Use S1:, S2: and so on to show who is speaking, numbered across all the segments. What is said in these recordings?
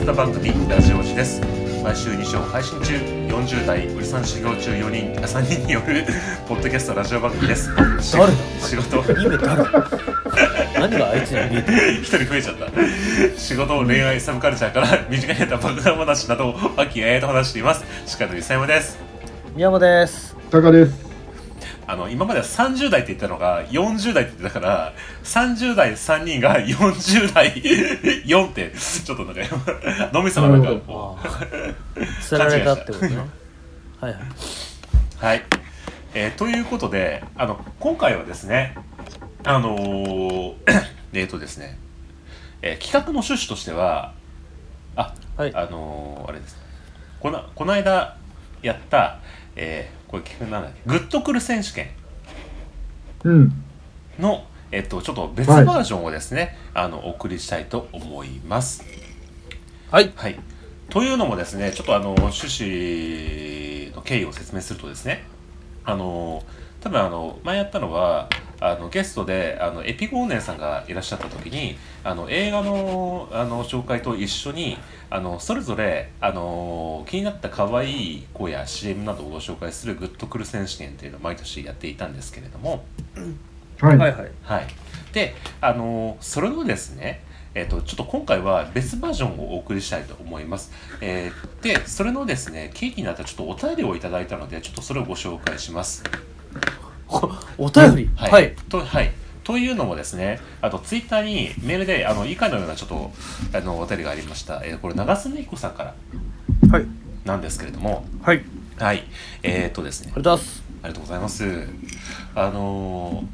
S1: った番組ラジオジです毎週2週配信中40代うるさん修行中4人あ3人による ポッドキャストラジオ番組です仕
S2: 誰だ
S1: 仕事
S2: 意味誰何があいつに見えてる
S1: 一人増えちゃった仕事恋愛サブカルチャーから身近にあった爆弾話などを和気あいあいと話しています鹿野勇です
S2: 宮本です
S3: タカです。
S1: あの今までは30代って言ったのが40代って言ってたから30代3人が40代4ってちょっとなんか今脳みそがなん
S3: な
S1: か
S3: るほ
S1: こ
S2: ああ釣られたってことねはいはいう
S1: はい、えーということであの今回はですねあのー えーとですね、えー企画の趣旨としてはあ
S2: はい
S1: あのーあれですねこなこの間やった、えーこれ企画なんだっけグッとくる選手権
S3: うん。
S1: の、えっと、ちょっと別バージョンをですね、あのお送りしたいと思います。
S2: はい
S1: はい、というのもですねちょっとあの趣旨の経緯を説明するとですねあの多分あの前やったのはあのゲストであのエピゴーネンさんがいらっしゃった時にあの映画のあの紹介と一緒にあのそれぞれあの気になった可愛い子や CM などをご紹介する「グッとくる選手権」っていうのを毎年やっていたんですけれども、
S3: はい。
S2: はいはい
S1: はい、であのーそれのですねえっとちょっと今回は別バージョンをお送りしたいと思います。えーで、それのですね、ケーキになったちょっとお便りをいただいたので、ちょっとそれをご紹介します。
S2: お便り
S1: はい。
S2: はい
S1: とはい、というのもですね、あとツイッターにメールであの以下のようなちょっとあのお便りがありました。えーこれ、長須根彦さんから
S2: はい
S1: なんですけれども、
S2: はいあり
S1: はい。えーっとですね
S2: がとうご、ざいます
S1: ありがとうございます。あのー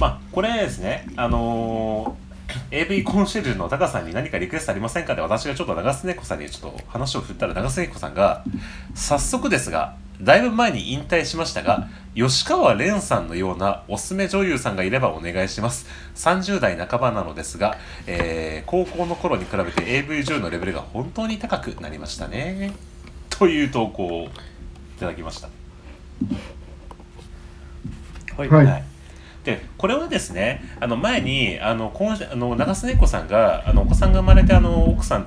S1: まあこれですね、あのー AV コンシェルジュのタカさんに何かリクエストありませんかって私がちょっと長須猫さんにちょっと話を振ったら長須猫さんが早速ですがだいぶ前に引退しましたが吉川蓮さんのようなおすすめ女優さんがいればお願いします30代半ばなのですが、えー高校の頃に比べて AV 女優のレベルが本当に高くなりましたねという投稿をいただきました
S2: はい
S3: はい
S1: はい、でこれはですねあの前にあのこのあの長須猫さんがあのお子さんが生まれてあの奥さん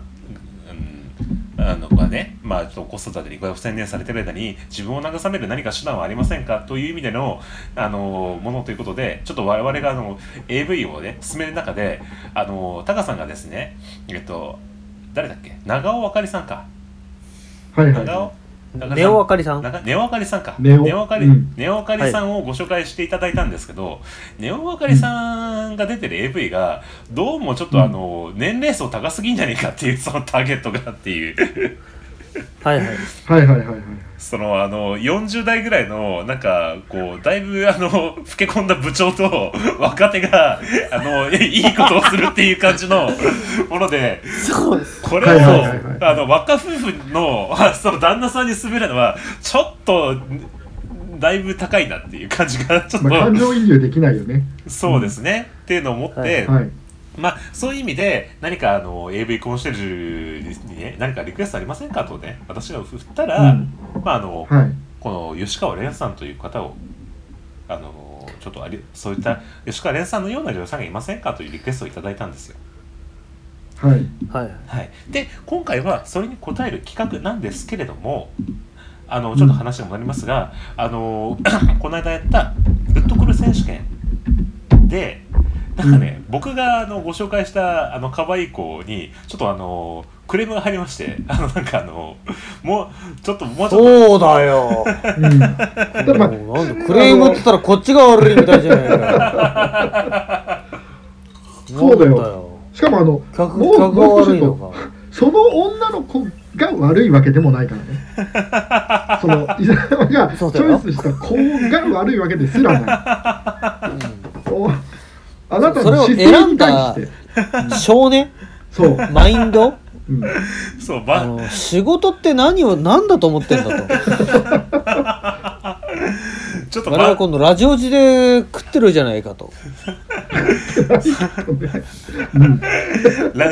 S1: うんあのがね、まあ、ちょっと子育てにご専念されてる間に自分を慰める何か手段はありませんかという意味でのあのものということでちょっと我々があの AV をね進める中であのタカさんがですねえっと誰だっけ長尾あかりさんか
S3: はいはい。
S1: 長尾長尾さん
S2: ネオあかりさん
S1: なんかネオあかりさんか
S3: ネオ
S1: あかり、
S3: うん
S1: ネオあかりさんをご紹介していただいたんですけど、ネオあかりさんが出てる AV がどうもちょっとあの、年齢層高すぎんじゃねえかっていうそのターゲットがっていう
S2: はいはい
S3: はいはいはいはい。
S1: そのあの40代ぐらいのなんかこうだいぶあの老け込んだ部長と若手があのいいことをするっていう感じのもので
S2: そうです
S1: これを、
S3: はいはいはいはい
S1: あの若夫婦の あその旦那さんに勧めるのはちょっとだいぶ高いなっていう感じがちょっと、
S3: まあ感情移入できないよね。
S1: そうですね、っていうのを思って、
S2: はい
S3: はい。
S1: まあそういう意味で何かあの AV コンシェルジュにね何かリクエストありませんかとね私が振ったら、
S3: うん
S1: まああの、
S3: はい。
S1: この吉川蓮さんという方をあのちょっとありそういった吉川蓮さんのような女優さんがいませんかというリクエストをいただいたんですよ。
S3: はい。
S2: はいはい
S1: はい、で今回はそれに応える企画なんですけれどもあのちょっと話が戻りますが、あの この間やった「グッとくる選手権で」なんかね、僕があのご紹介したあの可愛い子にちょっとあのクレームが入りましてあのなんかあのもうちょっともうちょっと
S2: そうだよ
S3: うん。ただまあ
S2: もうなんでクレームって言ったらこっちが悪いみたいじゃないかよ
S3: そうだよ
S2: なん
S3: しかもあの、
S2: 客
S3: もう
S2: 客が
S3: もうち
S2: 悪い
S3: ょ
S2: の
S3: っと
S2: か
S3: その女の子が悪いわけでもないからね。その伊沢がチ
S2: そうだよ
S3: ョイスした子が悪いわけですらない。おあなた
S2: それ
S3: の
S2: を
S3: 姿勢
S2: 選ん
S3: に
S2: だ
S3: 対して。
S2: 少年
S3: そう。
S2: マイ ンド
S3: うん。
S1: そう
S2: あ
S1: ば
S2: の仕事って何を何だと思ってんだと
S1: ちょっと
S2: 我々
S1: ば
S2: 今度ラジオ時で食ってるじゃないかと
S1: ラ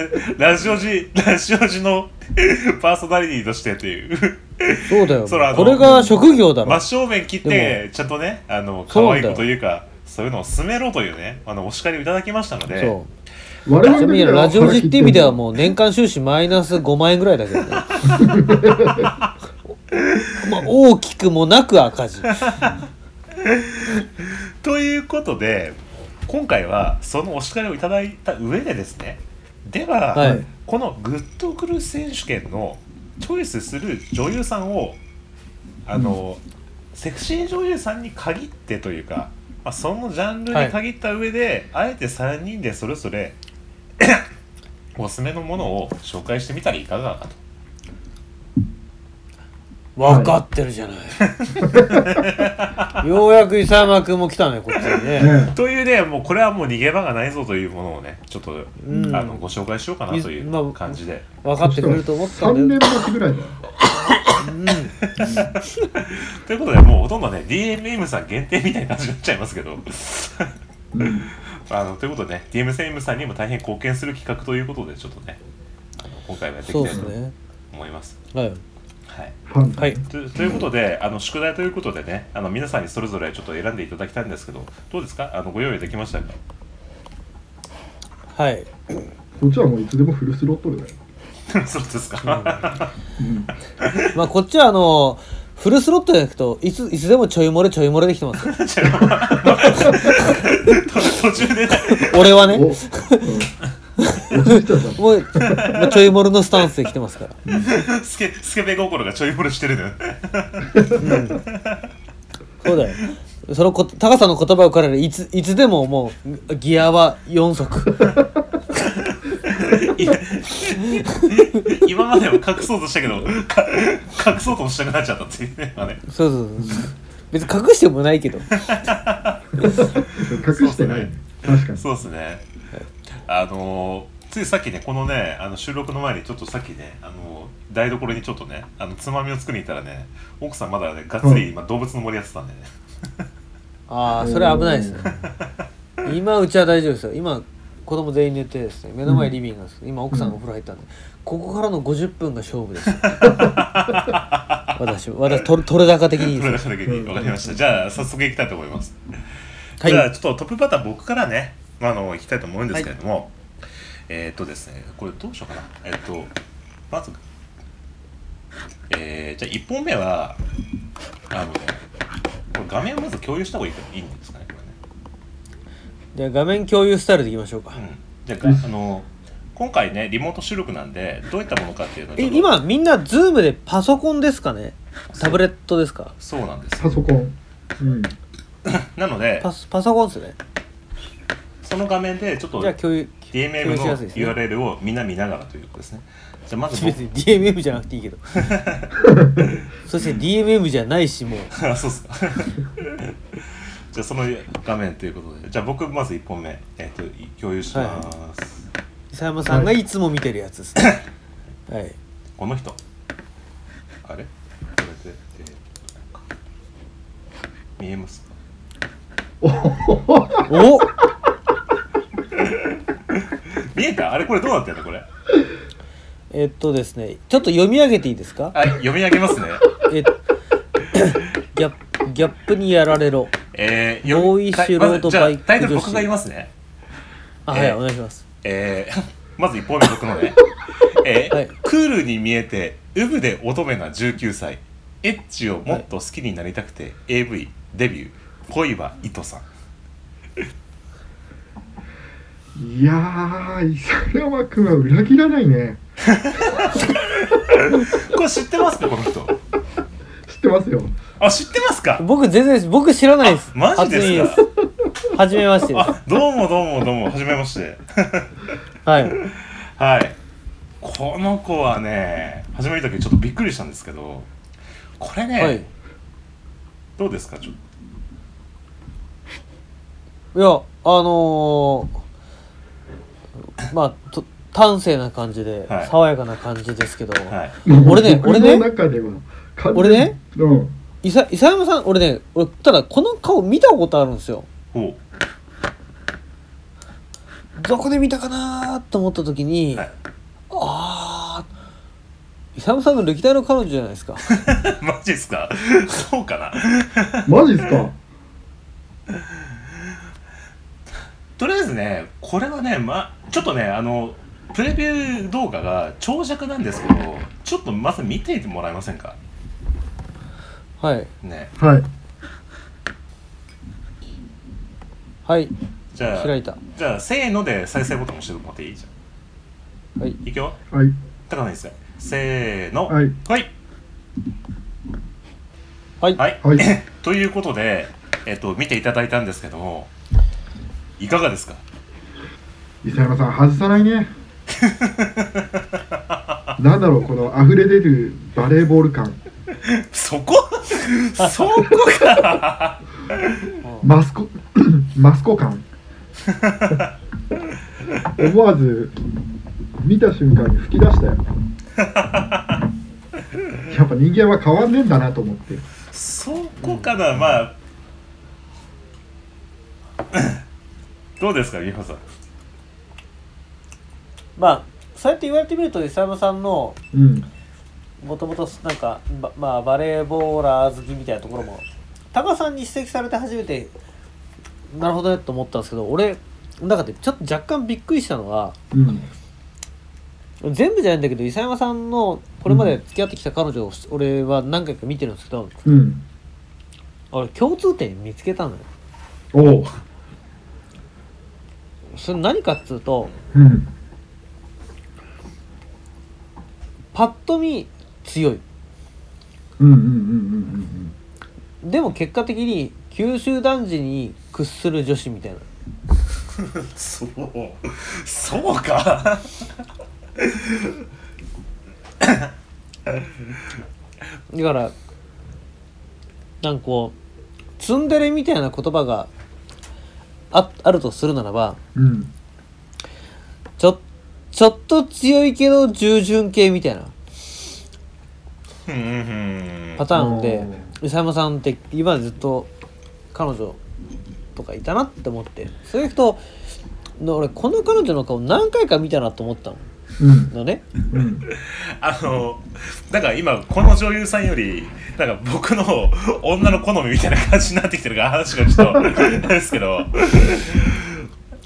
S1: ラジオ時ラジオ時の パーソナリティとしてという。
S2: そうだよ
S1: それあの
S2: これが職業だろ
S1: 真正面切ってちゃんとねあの
S2: そう
S1: 可
S2: な
S1: 愛い
S2: んだよ
S1: 子というかそういうのを進めろというねあのお叱りをいただきましたので
S2: そ
S3: 我々
S2: ちなみに
S3: だけは
S2: ラジオ時っていう意味では
S3: 腹切
S2: もう年間収支マイナス5万円ぐらいだけどね。 まあ大きくもなく赤字。
S1: ということで今回はそのお叱りをいただいた上でですねでは、
S2: はい
S1: このグッドクル選手権のチョイスする女優さんをあの、セクシー女優さんに限ってというか、まあ、そのジャンルに限った上で、あえて3人でそれぞれ おすすめのものを紹介してみたらいかがかと。
S2: わかってるじゃない。ようやく伊佐山君も来たね、こっちに
S3: って
S2: ね。
S1: というねもうこれはもう逃げ場がないぞというものをねちょっと、
S2: うん
S1: あのご紹介しようかなとい
S2: みま
S1: う
S2: あ
S1: 感じで。
S2: わかってくれると思った
S3: 3
S2: ん
S3: 年
S2: だよ。
S3: 待ちぐらいだよ
S1: ということでもうほとんどね DMM さん限定みたいな感じになっちゃいますけど あのということでね DMM さんにも大変貢献する企画ということでちょっとねあの今回はやってい
S2: そう
S1: き
S2: で
S1: たい
S2: す
S1: と
S2: ね。
S1: 思います。
S2: はい。
S1: はい
S3: ファン
S2: はい。
S1: とということで、あの宿題ということでね、あの皆さんにそれぞれちょっと選んでいただきたいんですけど、どうですか、あのご用意できましたか。
S2: はい。
S3: こっちはもういつでもフルスロットルだよ、
S1: そうですか。
S3: うん、
S2: まあこっちはあの、フルスロットじゃなくて、いつ、いつでもちょい漏れちょい漏れできてま す。
S1: じゃあ途中でね、
S2: 俺は
S3: お、
S2: ね
S3: うん、、落 ち着いちゃった
S2: もう、まあちょい漏れのスタンスで来てますから。
S1: スケスケベ心がちょい漏れしてるのよ。
S2: そうだよ。そのこ高さんの言葉を借りるいついつでももうギアは4速
S1: いや 今までも隠そうとしたけどか隠そうともしなくなっちゃったっていうね,、まあ、ね
S2: そうそうそう別に隠してもないけど
S3: 隠してない、ね、確かに
S1: そうですねあのーついさっきねこのねあの収録の前にちょっとさっきねあのー台所にちょっとねあのつまみを作りに行ったらね奥さんまだねがっつり今動物の森やってたんでね、
S2: ああそれは危ないですね今うちは大丈夫ですよ今子供全員寝てですね目の前リビングなんですけど今奥さんお風呂入ったんでここからの50分が勝 負です私私トレトレ高的に いい
S1: そ
S2: で
S1: れ
S2: す
S1: だ
S2: ね
S1: けで分かりましたじゃあ早速行きたいと思います
S2: は
S1: じゃあ
S2: い
S1: ちょっとトップバッター僕からね、あの行きたいと思うんですけれども、えーっとですねこれどうしようかなえっとまずえー、じゃあ1本目はあのねこれ画面をまず共有した方がいいかいいんですかねこ
S2: じゃあ画面共有スタイルでいきましょうか
S1: れね、うん、じゃあがあの今回ねリモート収録なんでどういったものかっていうのをち
S2: え
S1: ょっと
S2: 今みんなズームでパソコンですかねタブレットですか
S1: そうなんです
S3: パソコン、うん、
S1: なので
S2: パソパソコンですね
S1: その画面でちょっと
S2: じゃあ共有
S1: DMM
S2: 共有し
S1: の
S2: やすいですね
S1: URL をみんな見ながらということですねじゃあまず僕
S2: 別に DMM じゃなくてい いけどそして DMM じゃないしもう
S1: あそうっすか じゃあその画面ということでじゃあ僕まず1本目、えっとい共有します、
S2: 伊山さんがいつも見てるやつです ねはい
S1: この人あれこれで、えー見えますか
S2: お
S1: 見えたあれこれどうなってんのこれは
S2: えっとですねちょっと読み上げていいですか
S1: い読み上げますね
S2: えギャップギャップにやられろ
S1: えー、
S2: ボーイッシュロード
S1: まずじゃあ
S2: バイク
S1: タイトル
S2: 女子
S1: 僕が言いますね
S2: あ
S1: えー
S2: はいお願いします
S1: えー、 まず1本目僕の ね、えー
S2: はい
S1: クールに見えてウブで乙女な19歳エッチをもっと好きになりたくて、AV デビュー恋は糸さん
S3: いやー諫山君は裏切らないね
S1: これ知ってますかこの人
S3: 知ってますよ
S1: あ知ってますか
S2: 僕全然僕知らないです
S1: マジで
S2: 初
S1: すか
S2: 耳です初めましてです
S1: あどうもどうもどうもはじめまして
S2: はい
S1: はいこの子はね初め見た時ちょっとびっくりしたんですけどこれね、
S2: はい
S1: どうですかちょっ
S2: いやあのーまあと端正な感じで、
S1: はい
S2: 爽やかな感じですけど、
S1: とはい
S2: 俺ね
S3: 僕
S2: 俺ね
S3: の中では完全に
S2: 俺ね
S3: うん
S2: いさ伊佐山さん俺ね俺ただこの顔見たことあるんですよ
S1: ほ
S2: どこで見たかなと思った時に、
S1: うはい
S2: ああ伊佐山さんの歴代の彼女じゃないで すか
S1: マジですか そうかな
S3: マジっすか
S1: とりあえずねこれはね、ま、ちょっとねあのプレビュー動画が長尺なんですけどちょっとまず見ていてもらえませんか
S2: はい
S1: ね
S3: はい。
S2: はい
S1: じゃあ
S2: 開いた
S1: じゃあせーので再生ボタン押してもらっていいじゃん
S2: はい
S1: いくよ
S3: はい。
S1: 高梨さんせーの
S3: はい
S1: はい
S2: はい、
S1: はいい、
S3: はい
S1: ということで、えっと、見ていただいたんですけどもいかがですか
S3: 伊佐山さん、外さないね。なんだろう、この溢れ出るバレーボール感。
S1: そ こそこか
S3: マスコ、 マスコ感。思わず、見た瞬間に吹き出したよ。やっぱ人間は変わんねえんだなと思って。
S1: そこかな、まあ どうですか美穂さん
S2: まあそうやって言われてみると伊佐山さんの
S3: うん。
S2: もともとなんかばまあバレーボーラー好きみたいなところもタカさんに指摘されて初めてなるほどねと思ったんですけど俺の中でちょっと若干びっくりしたのは
S3: うん。
S2: 全部じゃないんだけど伊佐山さんのこれまで付き合ってきた彼女を俺は何回か見てるんですけど
S3: うん。
S2: 俺共通点見つけたのよ
S3: おう。
S2: それ何かっつうと
S3: うん。
S2: パッと見強い
S3: うんうんうんうん
S2: でも結果的に九州男児に屈する女子みたいな
S1: そうそうか
S2: だからなんかこうツンデレみたいな言葉がああるとするならば
S3: うんうん。うん。
S2: ちょちょっと強いけど従順系みたいな
S1: うんうん
S2: パターンで
S3: うん
S2: 宇佐山さんって今までずっと彼女とかいたなって思ってそういう人の俺この彼女の顔何回か見たなと思った
S3: うん。
S2: のね
S3: うん。
S1: あのなんか今この女優さんよりなんか僕の女の好みみたいな感じになってきてるから話がちょっとあれですけど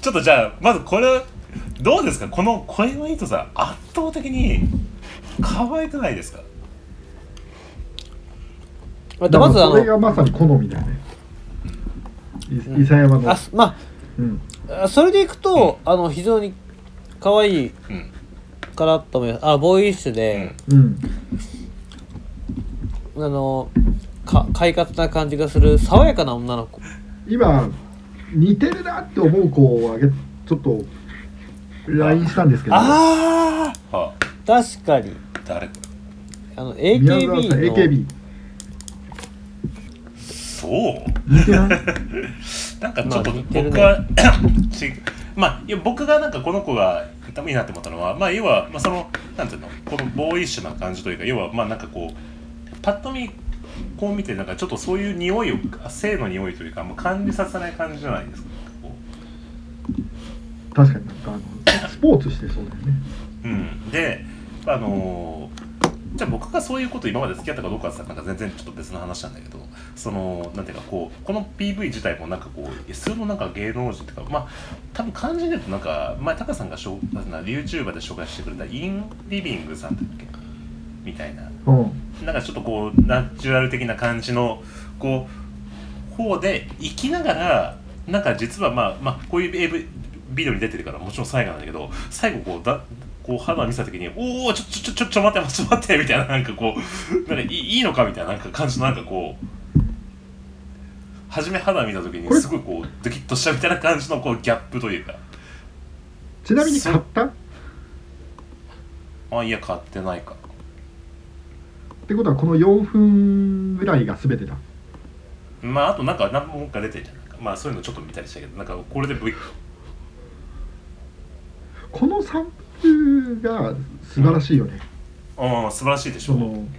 S1: ちょっとじゃあまずこれどうですかこの声のいいとさ圧倒的に可愛くないですか
S2: またまずあ
S3: それ
S2: の
S3: がまさに好みだよね。い伊佐山の
S2: あ。すま
S3: うん。
S2: あそれでいくと、あの非常に可愛い
S1: うん
S2: かなと思いますあボーイッシュ
S1: う
S2: で
S1: ん、
S3: うん。
S2: あのか快活な感じがする爽やかな女の子
S3: 今似てるなって思う子をあげちょっと LINE したんですけど
S2: ああ
S1: はあ
S2: 確かに
S1: 誰
S2: あの
S3: 宮沢さん
S2: AKB の
S3: AKB
S1: そう
S3: 似てない
S1: なんかちょっと
S2: まあ似てるね
S1: 僕 は、ちまあいや僕がなんかこの子が多分いいなって思ったのはまあ要は、まあ、そのなんていうのこのボーイッシュな感じというか要はまあなんかこうパッと見こう見てなんかちょっとそういう匂いを性の匂いというかもう感じさせない感じじゃないですか。こ
S3: 確かになんかあのスポーツしてそうだよね
S1: ううん、であのーじゃあ僕がそういうこと今まで付き合ったかどうかってなんか全然ちょっと別の話なんだけどそのなんていうかこうこの PV 自体もなんかこう普通のなんか芸能人っていうかまあ多分感じで言うとなんか前タカさんが紹介な YouTuber で紹介してくれたインリビングさんだっけみたいな
S3: うん
S1: なんかちょっとこうナチュラル的な感じのこう方で生きながらなんか実はまあまあこういう AV ビデオに出てるからもちろん最後なんだけど最後こうだこう肌見せた時に「おおちょちょちょちょ待って待って待って」みたいななんかこうなんかいいいいのかみたいななんか感じのなんかこう初め肌見た時にすごいこうドキッとしたみたいな感じのこうギャップというか
S3: ちなみに買ったっ
S1: あいや買ってないか
S3: てことはこの4分ぐらいが全てだ
S1: まああとなんか何本か出てるじゃんないかまあそういうのちょっと見たりしたけどなんかこれで V
S3: このサンプルが素晴らしいよね
S1: ああ素晴らしいでしょ、
S3: そうの
S1: うん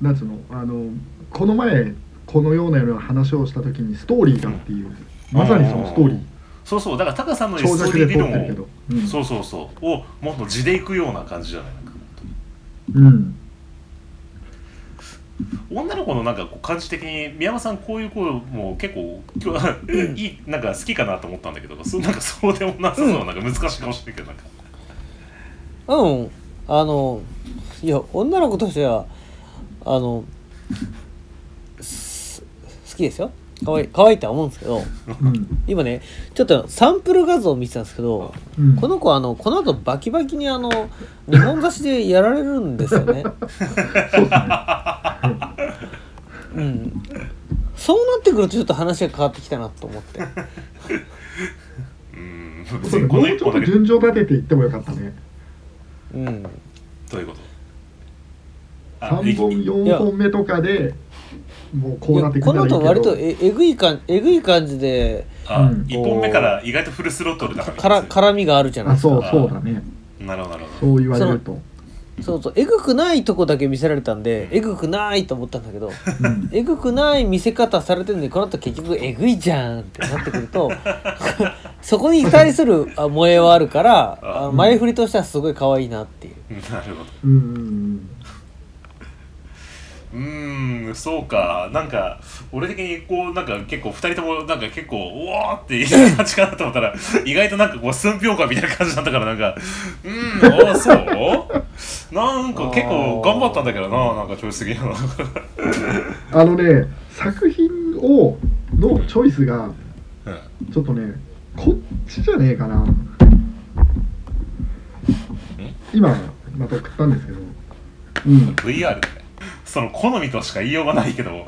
S3: なんつうのあのこの前このようなような話をした時にストーリーがっていうまさにそのストーリー
S1: そうそうだからタカさんの
S3: 長
S1: ストーリー
S3: 尺で
S1: 理
S3: 撮っ
S1: 論
S3: てるけ
S1: を
S3: ど、うん、
S1: そうそうそうをもっと地でいくような感じじゃないなんか
S3: うん
S1: 女の子のなんかこう感じ的に宮山さんこういう子も結構今日いいなんか好きかなと思ったんだけどそうなんかそうでもなさそう、
S2: うん
S1: なんか難しいかもしれないけどなんか
S2: うんあのいや女の子としてはあのす好きですよ可愛い可愛いとは思うんですけど
S3: うん
S2: 今ねちょっとサンプル画像を見てたんですけど
S3: うん
S2: この子あのこの後バキバキにあの日本雑誌でやられるんですよね
S3: そうですね
S2: うんそうなってくるとちょっと話が変わってきたなと思って
S1: うーん
S3: そうね
S1: こ
S3: もう
S1: の
S3: ち
S1: 一
S3: ょ
S1: 個
S3: っ
S1: だ
S3: と
S1: け
S3: 順序立てていってもよかったね
S2: うん
S1: どういうことあ
S3: 3本
S1: い
S2: いや
S3: 4本目とかでもうこうなって
S2: い
S3: く
S2: やこ
S3: んだ
S2: の
S3: らいいけ
S2: 後
S3: ど
S2: 割とええぐい感えぐい感じで
S1: あ
S3: うん
S1: 一本目から意外とフルスロットルだから
S2: から絡みがあるじゃない
S3: あ
S2: ですか
S3: そうそうだね
S1: なるほどなるほど
S3: そう言われると、
S2: そうそうえぐくないとこだけ見せられたんでえぐくないと思ったんだけど
S3: うん、
S2: えぐくない見せ方されてるんでこの後結局えぐいじゃんってなってくると そこに対するあ萌えはあるからあの前振りとしてはすごい可愛いなっていう
S1: なるほど
S3: うんうん
S1: うーんそうかなんか俺的にこうなんか結構2人ともなんか結構うわーっていう感じかなと思ったら意外となんかこう寸評価みたいな感じだったからなんかうーんああそうなんか結構頑張ったんだけどななんか調子すぎなの
S3: あのね作品をのチョイスがちょっとねこっちじゃねえかな今また送ったんですけどうん、
S1: VR だねその好みとしか言いようがないけどほん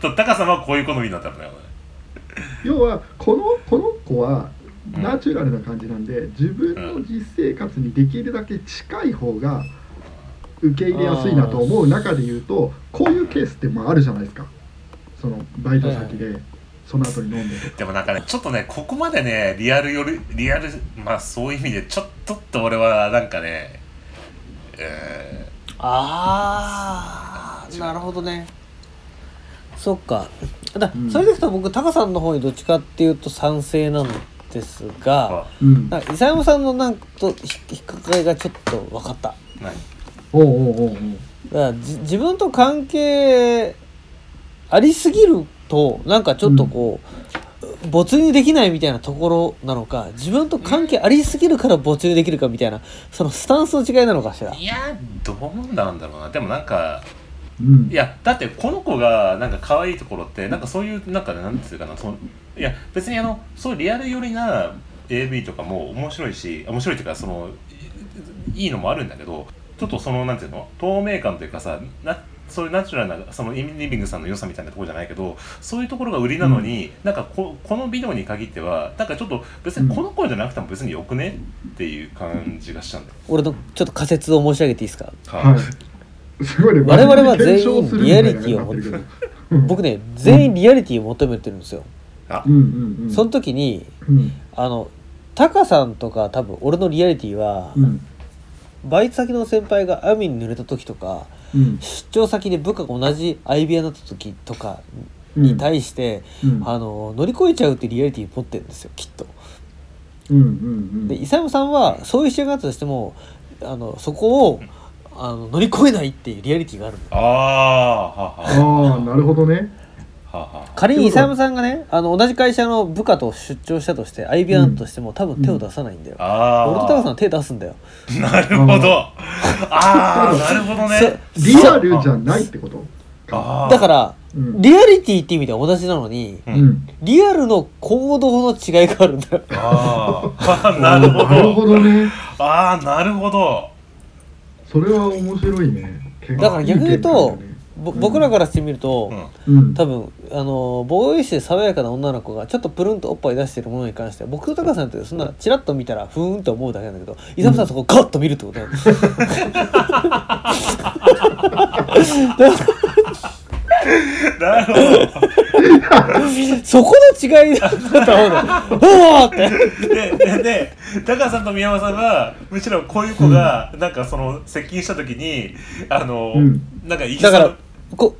S1: と高さんはこういう好みなんだろうね
S3: 要はこのこの子は
S1: うん
S3: ナチュラルな感じなんで、自分の実生活にできるだけ近い方が受け入れやすいなと思う中で言うとこういうケースってまああるじゃないですかそのバイト先でその後に飲んでとか
S1: でもなんかねちょっとねここまでねリアルよりリアルまあそういう意味でちょっとっと俺はなんかねえー
S2: あーなるほどねそっかだ、
S3: うん
S2: それでいくと僕タカさんの方にどっちかっていうと賛成なんですが
S1: あ
S3: うん
S2: なんか伊佐山さんのなんかとひ引っかかりがちょっと分かっただか
S1: 何
S3: おうおうおうおう
S2: らじ自分と関係ありすぎるとなんかちょっとこう、没入できないみたいなところなのか自分と関係ありすぎるから没入できるかみたいなそのスタンスの違いなのかしら
S1: いやどうなんだろうなでもなんか
S3: うん
S1: いやだってこの子がなんか可愛いところってなんかそういうなんかなんていうかなそのいや別にあのそういうリアル寄りな AV とかも面白いし面白いというかそのいいいのもあるんだけどちょっとそのなんていうの透明感というかさなそういうナチュラルなそのインリビングさんの良さみたいなところじゃないけどそういうところが売りなのに、なんかここのビデオに限ってはなんかちょっと別にこの子じゃなくても別によくねっていう感じがしたんだよ。
S2: 俺のちょっと仮説を申し上げていいですか
S3: はいすごいね
S2: 我々は
S3: 真面目に検証するみたいな
S2: 全員リアリティを持って
S3: なってるけど
S2: 僕ね全員リアリティを求めてるんですよ、
S1: あ
S3: うんうんうん
S2: その時に
S3: うん
S2: あのタカさんとか多分俺のリアリティは、
S3: うん
S2: バイト先の先輩が網に濡れた時とか
S3: うん
S2: 出張先で部下が同じ相部屋になった時とか
S3: うん
S2: に対して、
S3: うん
S2: あの乗り越えちゃうってリアリティ持ってるんですよきっと。
S3: うんうん
S2: で伊佐山さんはそういう視点があったとしてもあのそこをあの乗り越えないっていうリアリティがあるの
S1: ああはあはあ
S3: ああなるほどね
S1: はあはあ
S2: 仮に伊佐山さんがねあの同じ会社の部下と出張したとして相部屋になったとしても、多分手を出さないんだよ。
S1: あ
S2: 俺とタカさん
S1: あ
S2: は手出すんだよ。
S1: なるほどああなるほどね
S2: そ
S3: リアルじゃないってこと
S1: あー
S2: だから、
S3: うん
S2: リアリティって意味では同じなのに、
S1: う
S3: うんん
S2: リアルの行動の違いがあるんだよ。
S1: ああなるほ
S3: なるほ
S1: ど
S3: どね
S1: ああなるほど
S3: それは面白いね
S2: だから逆に言うと、ぼ僕ら
S3: が
S2: からしてみると、
S1: うん
S3: うん
S2: 多分あのボーイッシュで爽やかな女の子がちょっとプルンとおっぱい出してるものに関しては僕と高さんってそんなチラッと見たらふーんと思うだけなんだけど伊沢さんはそこガッと見るってことだよ。
S1: なるほど
S2: そこの違いだと思うんだよ。おーって。
S1: ででで高さんと宮山さんはむしろこういう子がなんかその接近した時にあの
S3: うん
S1: なんかいき
S2: だ
S1: そう
S2: からこ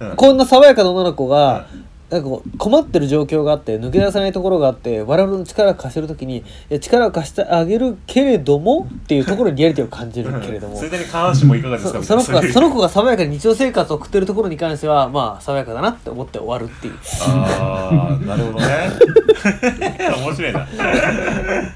S1: うん
S2: こんな爽やかな女の子が、なんかこう困ってる状況があって抜け出せないところがあって我々の力を貸せるときにいや力を貸してあげるけれどもっていうところにリアリティを感じるけれども
S1: ついでに下半身もいかがですか
S2: そ
S1: み
S2: そ
S1: たいな
S2: の子がその子
S1: が
S2: が爽やかに日常生活を送ってるところに関してはまあ爽やかだなって思って終わるっていう
S1: ああなるほどね 面白いな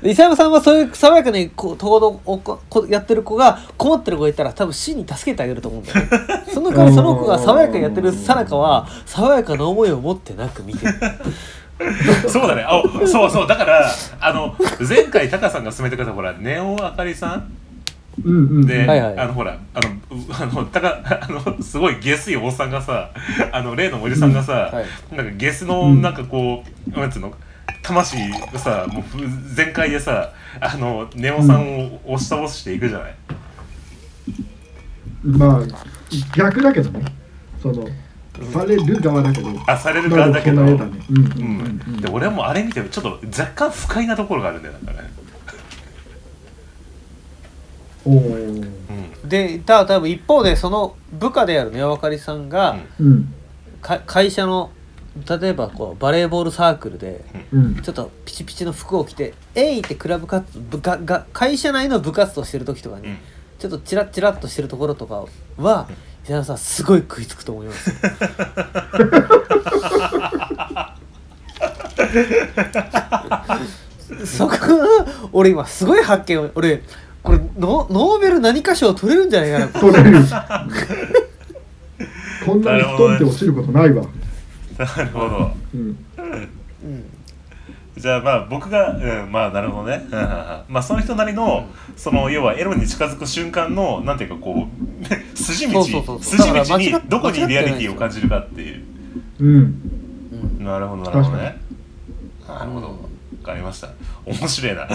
S2: で伊佐山さんはそういう爽やかにこう行動をここやってる子が困ってる子がいたら多分真に助けてあげると思うんだよねその代わりその子が爽やかにやってるさなかは爽やかな思いを持ってなく見てる
S1: そうだねあそうそうだからあの前回タカさんが勧めてくれたほらネオあかりさん
S3: うんうん
S1: で、
S2: はいはい
S1: あのほらあのうあのたかあのすごいゲスいおっさんがさあの例のおじさんがさ、
S2: うんはい
S1: なんかゲスのなんかこう、なんつうの魂がさもうふ全開でさあのネオさんを押し倒していくじゃない、
S3: まあ逆だけどねそのされる側だけど
S1: あされる側だけど、
S3: まあでもそん
S1: う
S3: な絵だねうんうんうんうん
S1: ん、で俺はもうあれ見てちょっと若干不快なところがあるんだよなんかね、
S3: おー
S1: うん
S2: でただ多分一方でその部下である宮分かりさんが、
S1: うん
S3: うん
S2: か会社の例えばこうバレーボールサークルで
S3: うん
S2: ちょっとピチピチの服を着て「えい!」ってクラブ活動部がが会社内の部活動してる時とかに、
S1: うん
S2: ちょっとチラッチラッとしてるところとかは伊沢さんすごい食いつくと思いますそこが俺今すごい発見を俺これノノーベル何か賞を取れるんじゃないかなこれ
S3: 取 れるこんなにストンって落ちることないわ、
S1: なるほど
S3: うん、
S2: うん
S1: じゃあまあ僕が、うん、まあなるほどね、うんまあその人なりのその要はエロに近づく瞬間のなんていうかこう 筋道
S2: そうそうそう
S1: 筋道
S2: だから間違っ
S1: にどこにリアリティを
S2: 間違ってない
S1: 感じるかっていう
S3: うん、
S2: うん
S1: なるほどなるほどねな
S2: か
S1: る
S2: に
S1: ほどわかりました面白いな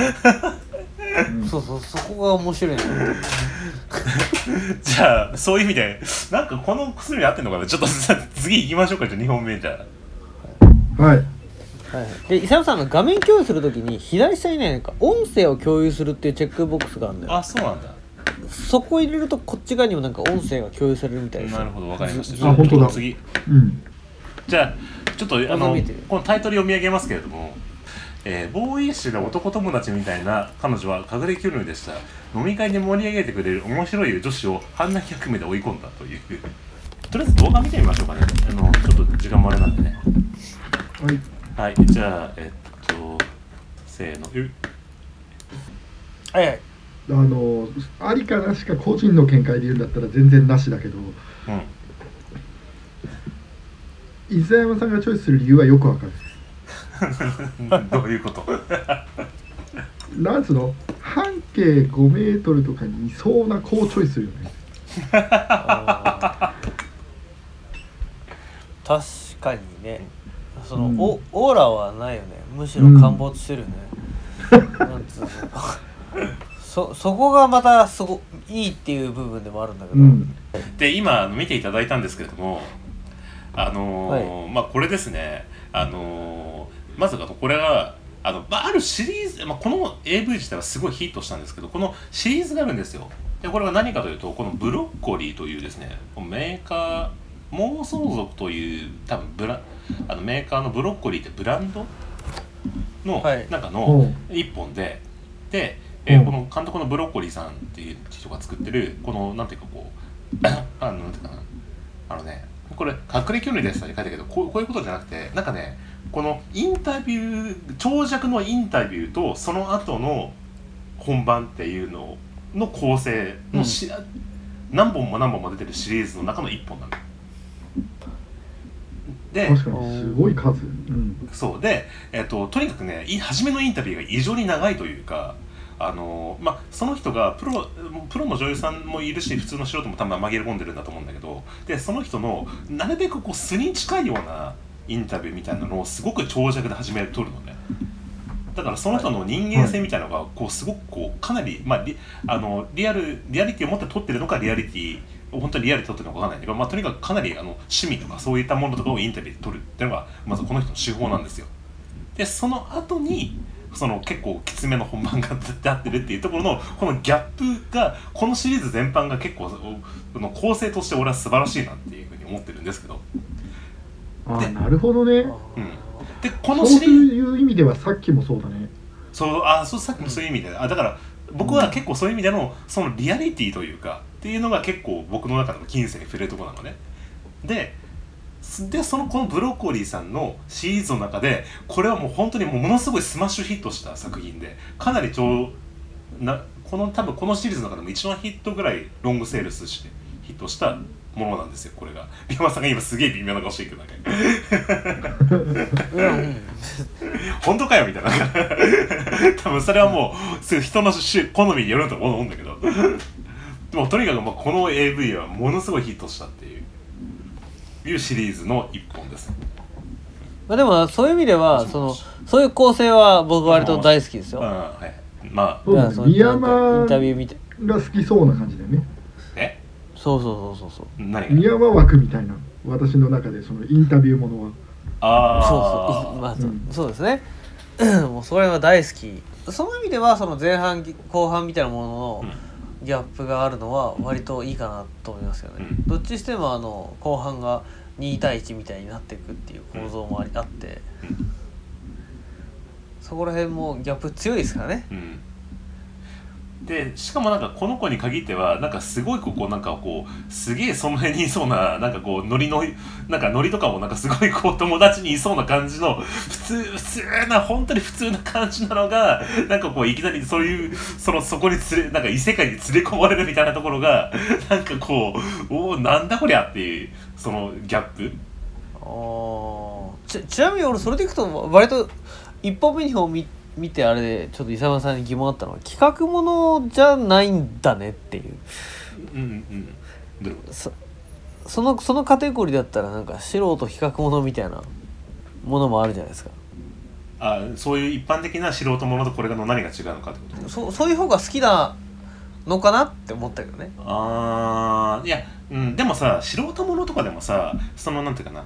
S2: そうそうそこが面白いね
S1: じゃあそういう意味でなんかこの薬に合ってんのかなちょっと さ次行きましょうかじゃあ2本目じゃ
S3: はい
S2: はい、で伊沢さんの画面共有するときに左下にねなんか音声を共有するっていうチェックボックスがあるんだ
S1: あ
S2: よ
S1: あそうなんだ
S2: そこ入れるとこっち側にもなんか音声が共有されるみたいです
S1: なるほどわかりまし
S2: ず
S1: た
S3: あ本当だ
S1: 次
S3: うん
S1: じゃあちょっとあ
S2: まだ
S1: の
S2: 見えてる
S1: このタイトル読み上げますけれども、えー、ボーイッシュな男友達みたいな彼女は隠れキュルでした飲み会で盛り上げてくれる面白い女子を半泣き役目で追い込んだというとりあえず動画見てみましょうかねあのちょっと時間もあれなんでね
S3: はい
S1: はいじゃあえっとせーのう
S2: はいはい
S3: あのありかなしか個人の見解で言うんだったら全然なしだけど
S1: うん
S3: 伊沢山さんがチョイスする理由はよくわかる
S1: どういうこと
S3: なんつうの半径5メートルとかにいそうな子をチョイスするよね
S2: あー確かにねその、
S3: うん
S2: おオーラはないよねむしろ陥没してるよね、なんつうのそそこがまたすごいいっていう部分でもあるんだけど、
S3: うん
S1: で今あの見ていただいたんですけれどもあのーまあこれですねあのーまずあのこれがあの、まあ、あるシリーズ、まあ、この AV 自体はすごいヒットしたんですけどこのシリーズがあるんですよでこれが何かというとこのブロッコリーというですねこのメーカー妄想族という多分ブラあのメーカーのブロッコリーってブランドの
S2: はい
S1: 中
S3: う
S1: の
S3: ん
S1: 1本で、で、えー
S3: うん
S1: この監督のブロッコリーさんっていう人が作ってるこのなんていうかこう あのなんていうかなあのねこれ「隠れ距離です」って書いたけどこうこういうことじゃなくてなんかねこのインタビュー長尺のインタビューとその後の本番っていうのの構成のし、何本も何本も出てるシリーズの中の1本なの。で
S3: 確かにすごい数うん
S1: そうで、えっととにかくねい初めのインタビューが異常に長いというか、あのまあ、その人がプロプロの女優さんもいるし普通の素人も多分紛れ込んでるんだと思うんだけどでその人のなるべくこう素に近いようなインタビューみたいなのをすごく長尺で始め撮るのね。だからその人の人間性みたいなのがこうすごくこうかなり、まあ、リあのリアルリアリティを持って撮ってるのかリアリティを本当にリアルで撮ってるのかわかんないんだけど、まあ、とにかくかなりあの趣味とかそういったものとかをインタビューで撮るっていうのがまずこの人の手法なんですよ。でその後にその結構きつめの本番が出ってるっていうところのこのギャップがこのシリーズ全般が結構おこの構成として俺は素晴らしいなっていうふうに思ってるんですけど
S3: あ
S1: で
S3: ーなるほどね
S1: うん、でこ
S3: そ
S1: の
S3: う
S1: シリーズ
S3: いう意味ではさっきもそうだね
S1: そうあそうさっきもそういう意味で、あだから僕は結構そういう意味でのそのリアリティというかっていうのが結構僕の中でも近世に触れるところなのねですでそのこのブロッコリーさんのシリーズの中でこれはもう本当にもうものすごいスマッシュヒットした作品でかなり超なこの多分このシリーズの中でも一番ヒットぐらいロングセールスしてヒットしたものなんですよこれが美山さんが今すげえ微妙な顔していくだけ
S2: うん
S1: 本当かよみたいな 多分それはもうすぐ人の種好みによると思うんだけどでもとにかくまあこの AV はものすごいヒットしたっていういうシリーズの一本です
S2: まあでもそういう意味ではそのそういう構成は僕割と大好きです
S1: うん
S2: よ。
S1: はいまあ
S3: そうだ
S2: だから
S3: ね
S2: の
S3: 美山
S2: インタビュー見て
S3: が好きそうな感じだよね
S1: え
S2: そうそうそうそうそう
S1: 何
S3: 三
S1: が
S3: 山枠みたいな私の中でそのインタビューものは
S1: ああ
S2: そうそう、まあ、そう
S3: うん
S2: そうですねもうそれは大好きその意味ではその前半後半みたいなもののギャップがあるのは割といいかなと思いますよね、
S1: うん
S2: どっちにしてもあの後半が2対1みたいになっていくっていう構造もありあってそこら辺もギャップ強いですからね
S1: うん、うんでしかもなんかこの子に限ってはなんかすごいここなんかこうすげえその辺にいそうな なんかこうノリのなんかノリとかもなんかすごいこう友達にいそうな感じの普通普通な本当に普通な感じなのがなんかこういきなりそういうそのそこに連れなんか異世界に連れ込まれるみたいなところが なんかこうおおなんだこりゃっていうそのギャップ
S2: おーちちなみに俺それでいくと割と1本目2本見見てあれでちょっと伊沢さんに疑問あったのは企画ものじゃないんだねっていう
S1: うんうんどういうこ
S2: そそのそのカテゴリーだったらなんか素人比較ものみたいなものもあるじゃないですか
S1: とあそういう一般的な素人ものとこれの何が違うのかってこと
S2: そそういう方が好きなのかなって思ったけどね
S1: あーいや、うん、でもさ素人ものとかでもさそのなんていうかな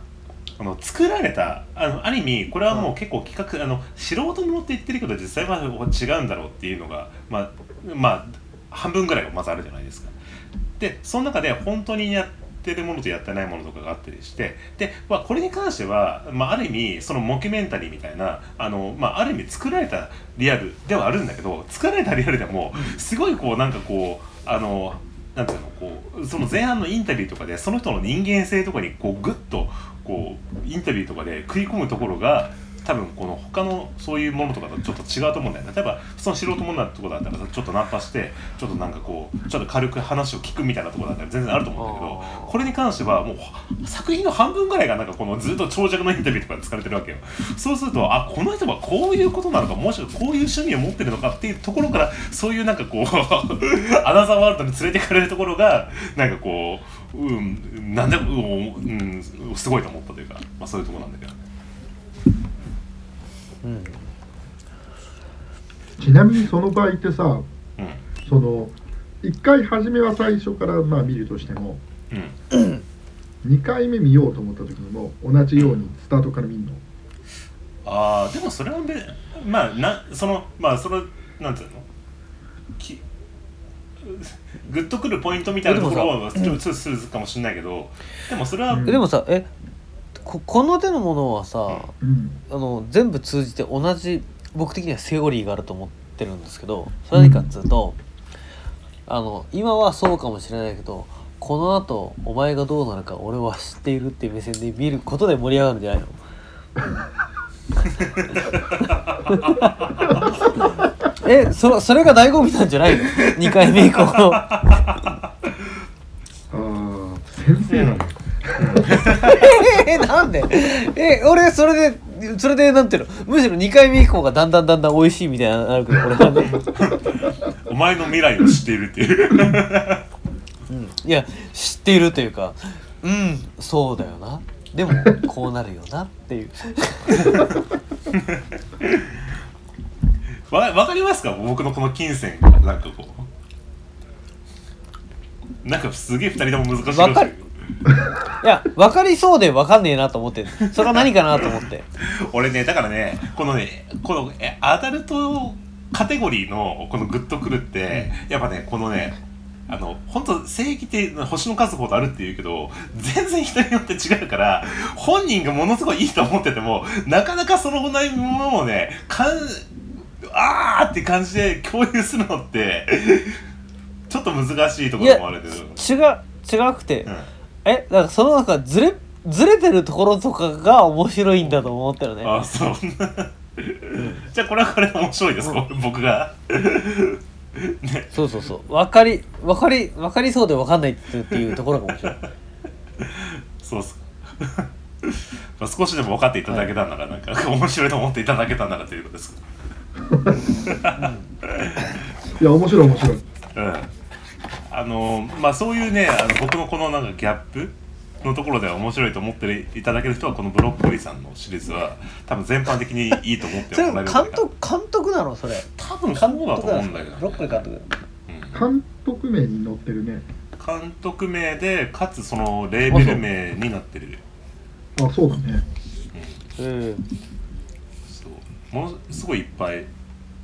S1: あの作られたあのある意味これはもう結構企画、あの素人ものって言ってるけど実際は違うんだろうっていうのがまあまあ半分ぐらいがまずあるじゃないですか。でその中で本当にやってるものとやってないものとかがあったりしてで、まあ、これに関しては、まあ、ある意味そのモキュメンタリーみたいなあの、まあ、ある意味作られたリアルではあるんだけど作られたリアルでもすごいこうなんかこうあのなんていうのこうその前半のインタビューとかでその人の人間性とかにこうグッとこうインタビューとかで食い込むところが多分この他のそういうものとかとちょっと違うと思うんだよね例えばその素人ものなところだったらちょっとナンパしてちょっとなんかこうちょっと軽く話を聞くみたいなところだったら全然あると思うんだけど
S2: あー
S1: これに関してはもう作品の半分ぐらいがなんかこのずっと長尺のインタビューとかで疲れてるわけよそうするとあこの人はこういうことなのかもしくはこういう趣味を持ってるのかっていうところからそういうなんかこう アナザーワールドに連れてかれるところがなんかこううんなんだうん、うん、すごいと思ったというか、まあ、そういうところなんだけどね
S2: うん
S3: ちなみにその場合ってさ
S1: うん
S3: その1回初めは最初からまあ見るとしても
S1: うん
S3: 2回目見ようと思った時にも同じようにスタートから見るの
S1: ああでもそれはべまあなそのまあそのなんていうのきグッとくるポイントみたいなところはちょっとするかもしれないけどでもそれは、
S3: うん
S2: えでもさえここの手のものはさ、
S3: うん
S2: あの全部通じて同じ僕的にはセオリーがあると思ってるんですけどそれは何かっつうと、あの今はそうかもしれないけどこのあとお前がどうなるか俺は知っているっていう目線で見ることで盛り上がるんじゃないのえそそれが醍醐味なんじゃないの2回目以降の
S3: ああ先生なの
S2: えなんでえ俺それでそれでなんていうのむしろ2回目以降がだんだんだんだん美味しいみたいになるけど俺はね
S1: お前の未来を知っているっていう
S2: うん、いや知っているというかうんそうだよな でもこうなるよなっていう
S1: わわかりますか僕のこの金銭がなんかこうなんかすげえ二人とも難しい顔して
S2: わかるいや分かりそうで分かんねえなと思ってそれは何かなと思って
S1: 俺ねだからねこのねこのえアダルトカテゴリーのこのグッとくるってやっぱねこのねあの本当正義って星の数ほどあるっていうけど全然人によって違うから本人がものすごいいいと思っててもなかなかその同じものをねかんあーって感じで共有するのってちょっと難しいところもあるけど。
S2: 違う違くて、
S1: うん
S2: えなんかそのなんかずれずれてるところとかが面白いんだと思ったよね
S1: あそう じゃあこれはこれで面白いですか、僕がね
S2: そうそうそう分かり分かり分かりそうで分かんないってっていうところが面 白い
S1: そうそう まあ少しでも分かっていただけたんなら、なんか面白いと思っていただけたんならということです
S3: いや面白い面白い
S1: うんあのまあそういうねあの僕のこのなんかギャップのところでは面白いと思っていただける人はこのブロッコリーさんのシリーズは多分全般的にいいと思って
S2: それ
S1: もら
S2: 監
S1: える
S2: 督監督なのそれ
S1: 多分そ
S2: 監
S1: うだと
S2: 督な
S1: 思
S2: の
S1: うんだけど、
S2: ブロッコリー監督
S1: うん
S3: 監督名に載ってるね
S1: 監督名でかつそのレーベル名になってる
S3: あそうだね
S2: うん
S1: そうものすごいいっぱい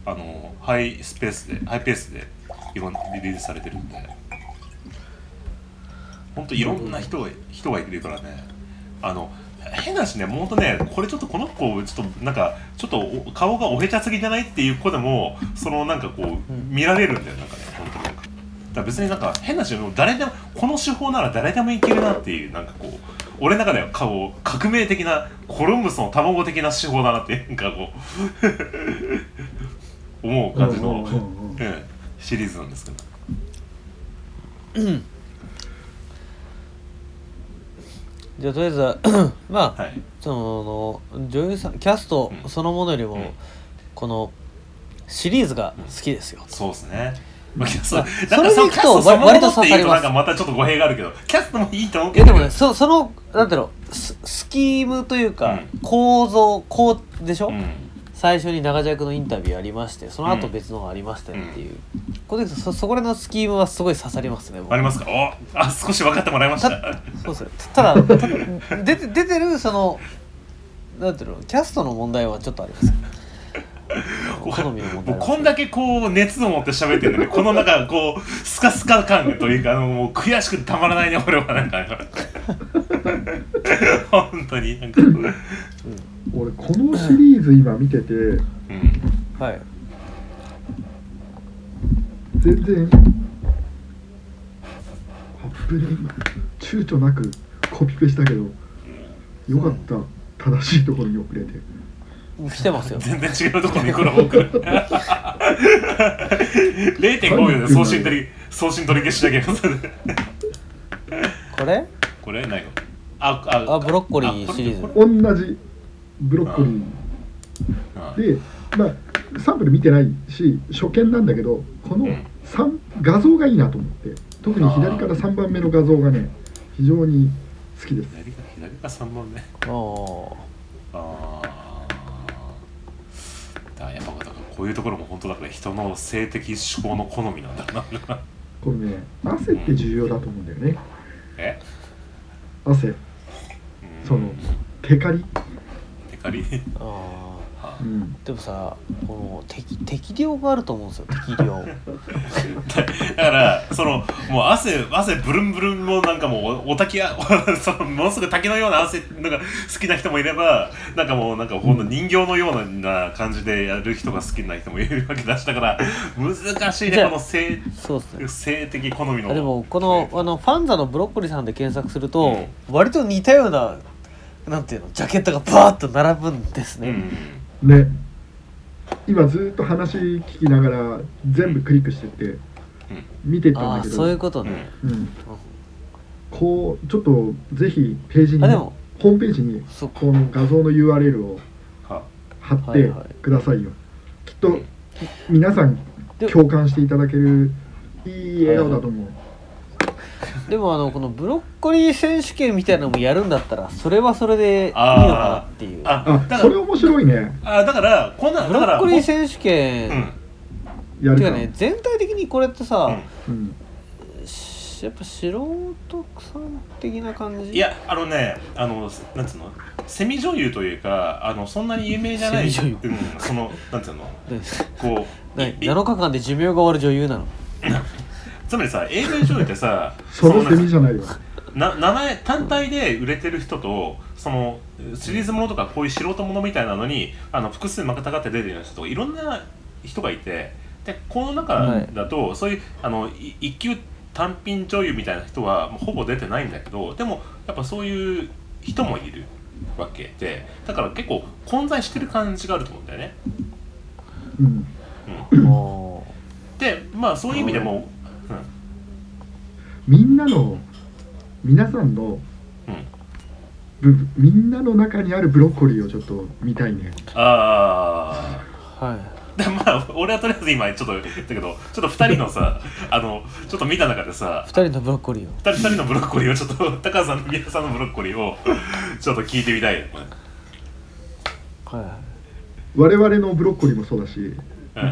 S1: あのハイスペースでハイペースでいろんリリースされてるんでほんといろんな人が人がいるからねあの変なしねもうほんとねこれちょっとこの子ちょっとなんかちょっとお顔がおへちゃすぎじゃないっていう子でもそのなんかこう
S2: うん
S1: 見られるんだよなんかねほんとなんかだから別になんか変なしもう誰でもこの手法なら誰でもいけるなっていうなんかこう俺の中では顔革命的なコロンブスの卵的な手法だなってなんかこう思う感じの、
S3: うんうんうんうん
S1: うんシリーズなんですけど
S2: じゃあとりあえずは まあ、
S1: はい
S2: その女優さんキャスト
S1: うん
S2: そのものよりも、
S1: うん
S2: このシリーズが好きですよ、
S1: そうですねまあキャスト、
S2: まあ
S1: なんか
S2: それでい
S1: キ
S2: くと
S1: ャストそのもの
S2: 割と
S1: って
S2: 刺
S1: い
S2: さ
S1: う
S2: り
S1: と
S2: ます
S1: なんかまたちょっと語弊があるけどキャストもいいと思う
S2: い
S1: け
S2: や
S1: ど
S2: でもねそそのなんていうのススキームというか、
S1: うん
S2: 構造こうでしょ、
S1: うん
S2: 最初に長尺のインタビューありましてその後
S1: うん
S2: 別のがありましてっていう、これでそそこら辺のスキームはすごい刺さりますね僕
S1: ありますかおあ少し分かってもらいました
S2: そうですよただた出て出てるそのなんていうのキャストの問題はちょっとあります
S1: お
S2: 好みの問題
S1: も
S2: は
S1: うこんだけこう熱を持って喋ってるのにこの中こうスカスカ感というかあのもう悔しくてたまらないね俺はなんか 本当になんかうん
S3: 俺このシリーズ今見てて
S2: はい
S3: 全然アップで今躊躇なくコピペしたけどよかった正しいところに送れて
S2: 来てますよ
S1: 全然違うところに来る多 く0.5秒で送信取り送信取り消しなきゃいけません
S2: これ
S1: これないのああ
S2: あブロッコリー
S1: あこれ
S2: シリーズ
S1: これ
S3: 同じブロッコリ
S1: あ
S3: ーでまあサンプル見てないし初見なんだけどこの
S1: うん
S3: 三画像がいいなと思って特に左から3番目の画像がね非常に好きです
S1: 左か左か3番目
S2: おー
S1: ああだからやっぱだからこういうところも本当だから人の性的思考の好みなんだな
S3: これね汗って重要だと思うんだよね
S1: え
S3: 汗
S1: うん
S3: そのテカリ、
S1: テカリ
S2: あー
S1: あ
S3: うん、
S2: でもさこの適適量があると思うんですよ適 量
S1: だからそのもう汗汗ブルンブルンもなんかもうおお滝 やそのものすごい滝のような汗なんか好きな人もいればなんかもうなんかほんと人形のような感じでやる人が好きな人もいるわけだしだから難しい
S2: じ
S1: ね
S2: ゃあ
S1: この性
S2: そうですね
S1: 性的好みの
S2: あでもこのあのファンザのブロッコリーさんで検索すると、
S1: う
S2: 割と似たようななんていうのジャケットがバーッと並ぶんです
S1: う
S2: ね、
S1: ん
S3: ね今ずっと話聞きながら全部クリックしてって見てた
S2: あ
S3: ん
S2: あ
S3: だけど
S2: そういうこと
S1: うん
S2: ね、
S3: うん、こうちょっとぜひページに
S2: あでも
S3: ホームページに
S2: そっか
S3: この画像の URL を
S1: は
S3: 貼っ
S2: はい
S3: て
S2: はい
S3: くださいよ、きっと皆さん
S2: で
S3: 共感していただけるいい笑顔だと思う、
S2: でもあのこのブロッコリー選手権みたいなのもやるんだったらそれはそれでいいのかなっていうブ
S1: あだ
S3: あ
S1: か
S3: そ
S1: ら
S3: れ面白いね
S1: あだからこんな
S2: ロ
S1: だか
S2: ッ
S1: ら
S2: コリー
S1: ほ
S2: 選手権、
S1: うん
S3: や
S2: て
S3: るか
S2: いうかね全体的にこれってさ、
S3: うん
S2: しやっぱ素人さん的な感じ
S1: いやあのねあのなんつうのセミ女優というかあのそんなに有名じゃない
S2: セミ女
S1: うん、そのなんつうの
S2: で
S1: こう
S2: ない
S1: い
S2: 7日間で寿命が終わる女優なの
S1: つまりさ AV 女優ってさ
S3: ソロ
S1: のな
S3: セ
S1: んか
S3: ミじゃないよ
S1: な名前単体で売れてる人とそのシリーズものとかこういう素人ものみたいなのにあの複数またがって出てるような人とかいろんな人がいてでこの中だと、そういうあのい一級単品女優みたいな人はもうほぼ出てないんだけどでもやっぱそういう人もいるわけでだから結構混在してる感じがあると思うんだよね。
S3: うん
S1: うん、
S2: も
S1: でまあそういう意味でも、
S3: みんなの皆さんの
S1: うんうん、
S3: ぶみんなの中にあるブロッコリーをちょっと見たいね
S1: ああ。
S2: うはい
S1: でまあ俺はとりあえず今ちょっと言ったけどちょっと2人のさあのちょっと見た中でさ
S2: 二人のブロッコリーを
S1: 2人二人のブロッコリーをちょっと 高橋さんと宮田さんのブロッコリーをちょっと聞いてみたいよこれ
S2: はいはい
S3: 我々のブロッコリーもそうだし
S1: うん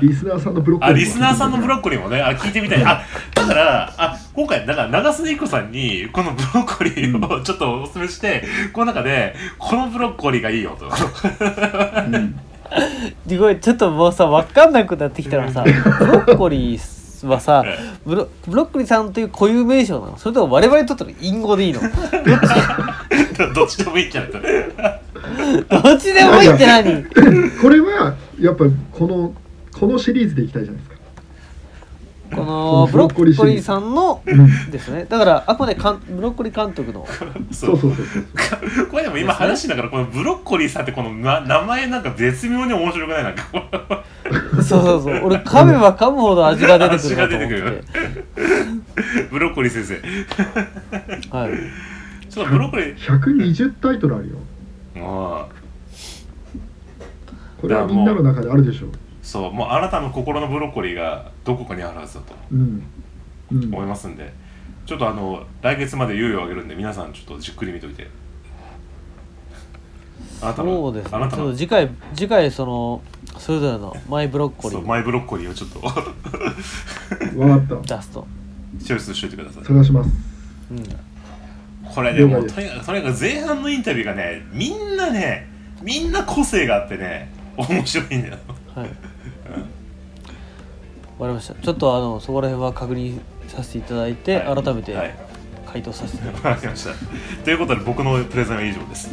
S3: リスナーさんのブロッコ
S1: あ
S3: リーも
S1: リスナーさんのブロッ
S3: コ
S1: コリーもねあ聞いてみたいあだからあ今回だから長須彦さんにこのブロッコリーをちょっとおすすめしてこの中でこのブロッコリーがいいよと
S3: リー、うん
S2: すごいちょっともうさ分かんなくなってきたらさブロッコリーはさブロブロッコリーさんという固有名称なのそれとも我々にとっての隠語で いいの
S1: どっちでもいいんじゃないと
S2: どっちでもいいって何
S3: これはやっぱこのこのシリーズでいきたいじゃないですか
S2: このブロッコリーさんの
S3: う
S2: ですねだからあくまでかんブロッコリー監督の
S1: そ
S3: そうそうそうそう
S1: これでも今話しながらこのブロッコリーさんってこのな名前なんか絶妙に面白くないなんかこう
S2: そうそうそう俺噛めば噛むほど味が出てくるなと思
S1: 味が
S2: っ
S1: 出
S2: て
S1: てブロッコリー先生
S2: はい
S1: ちょっとブロッコリ ー
S3: 120タイトルあるよ
S1: もう
S3: これはみんなの中であるでしょう
S1: そうもうあなたの心のブロッコリーがどこかにあるはずだと
S3: うん、うん、
S1: 思いますんで、ちょっとあの来月まで猶予をあげるんで皆さんちょっとじっくり見といてあなたの
S2: そうですねち
S1: あ
S2: ょ
S1: な
S2: ったと
S1: の
S2: 次回次回そのそれぞれのマイブロッコリ
S1: そう
S2: ー
S1: マイブロッコリーをちょっと
S3: わかっ
S2: 出すと
S1: チョイスしといてください
S3: た探します
S2: うん
S1: これでもう
S3: 了
S1: と
S3: 解
S1: にかくとにかく前半のインタビューがねみんなねみんな個性があってね面白いんだよ
S2: はい終わりましたちょっとあのそこら辺は確認させていただいて、
S1: はい
S2: 改めて
S1: はい
S2: 回答させていただきます
S1: わかりました。ということで僕のプレゼンは以上です。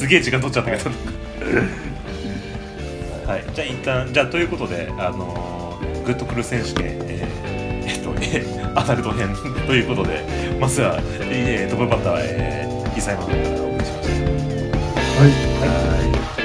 S1: す げえ時間取っちゃったけ ど。はい、じゃあ一旦じゃあということであのーグッとくる選手権、えーえっとえーアダルト編 ということでまずは、えー、トップバッターは、えー、イサイマンからお送りしました。
S3: はい
S1: はい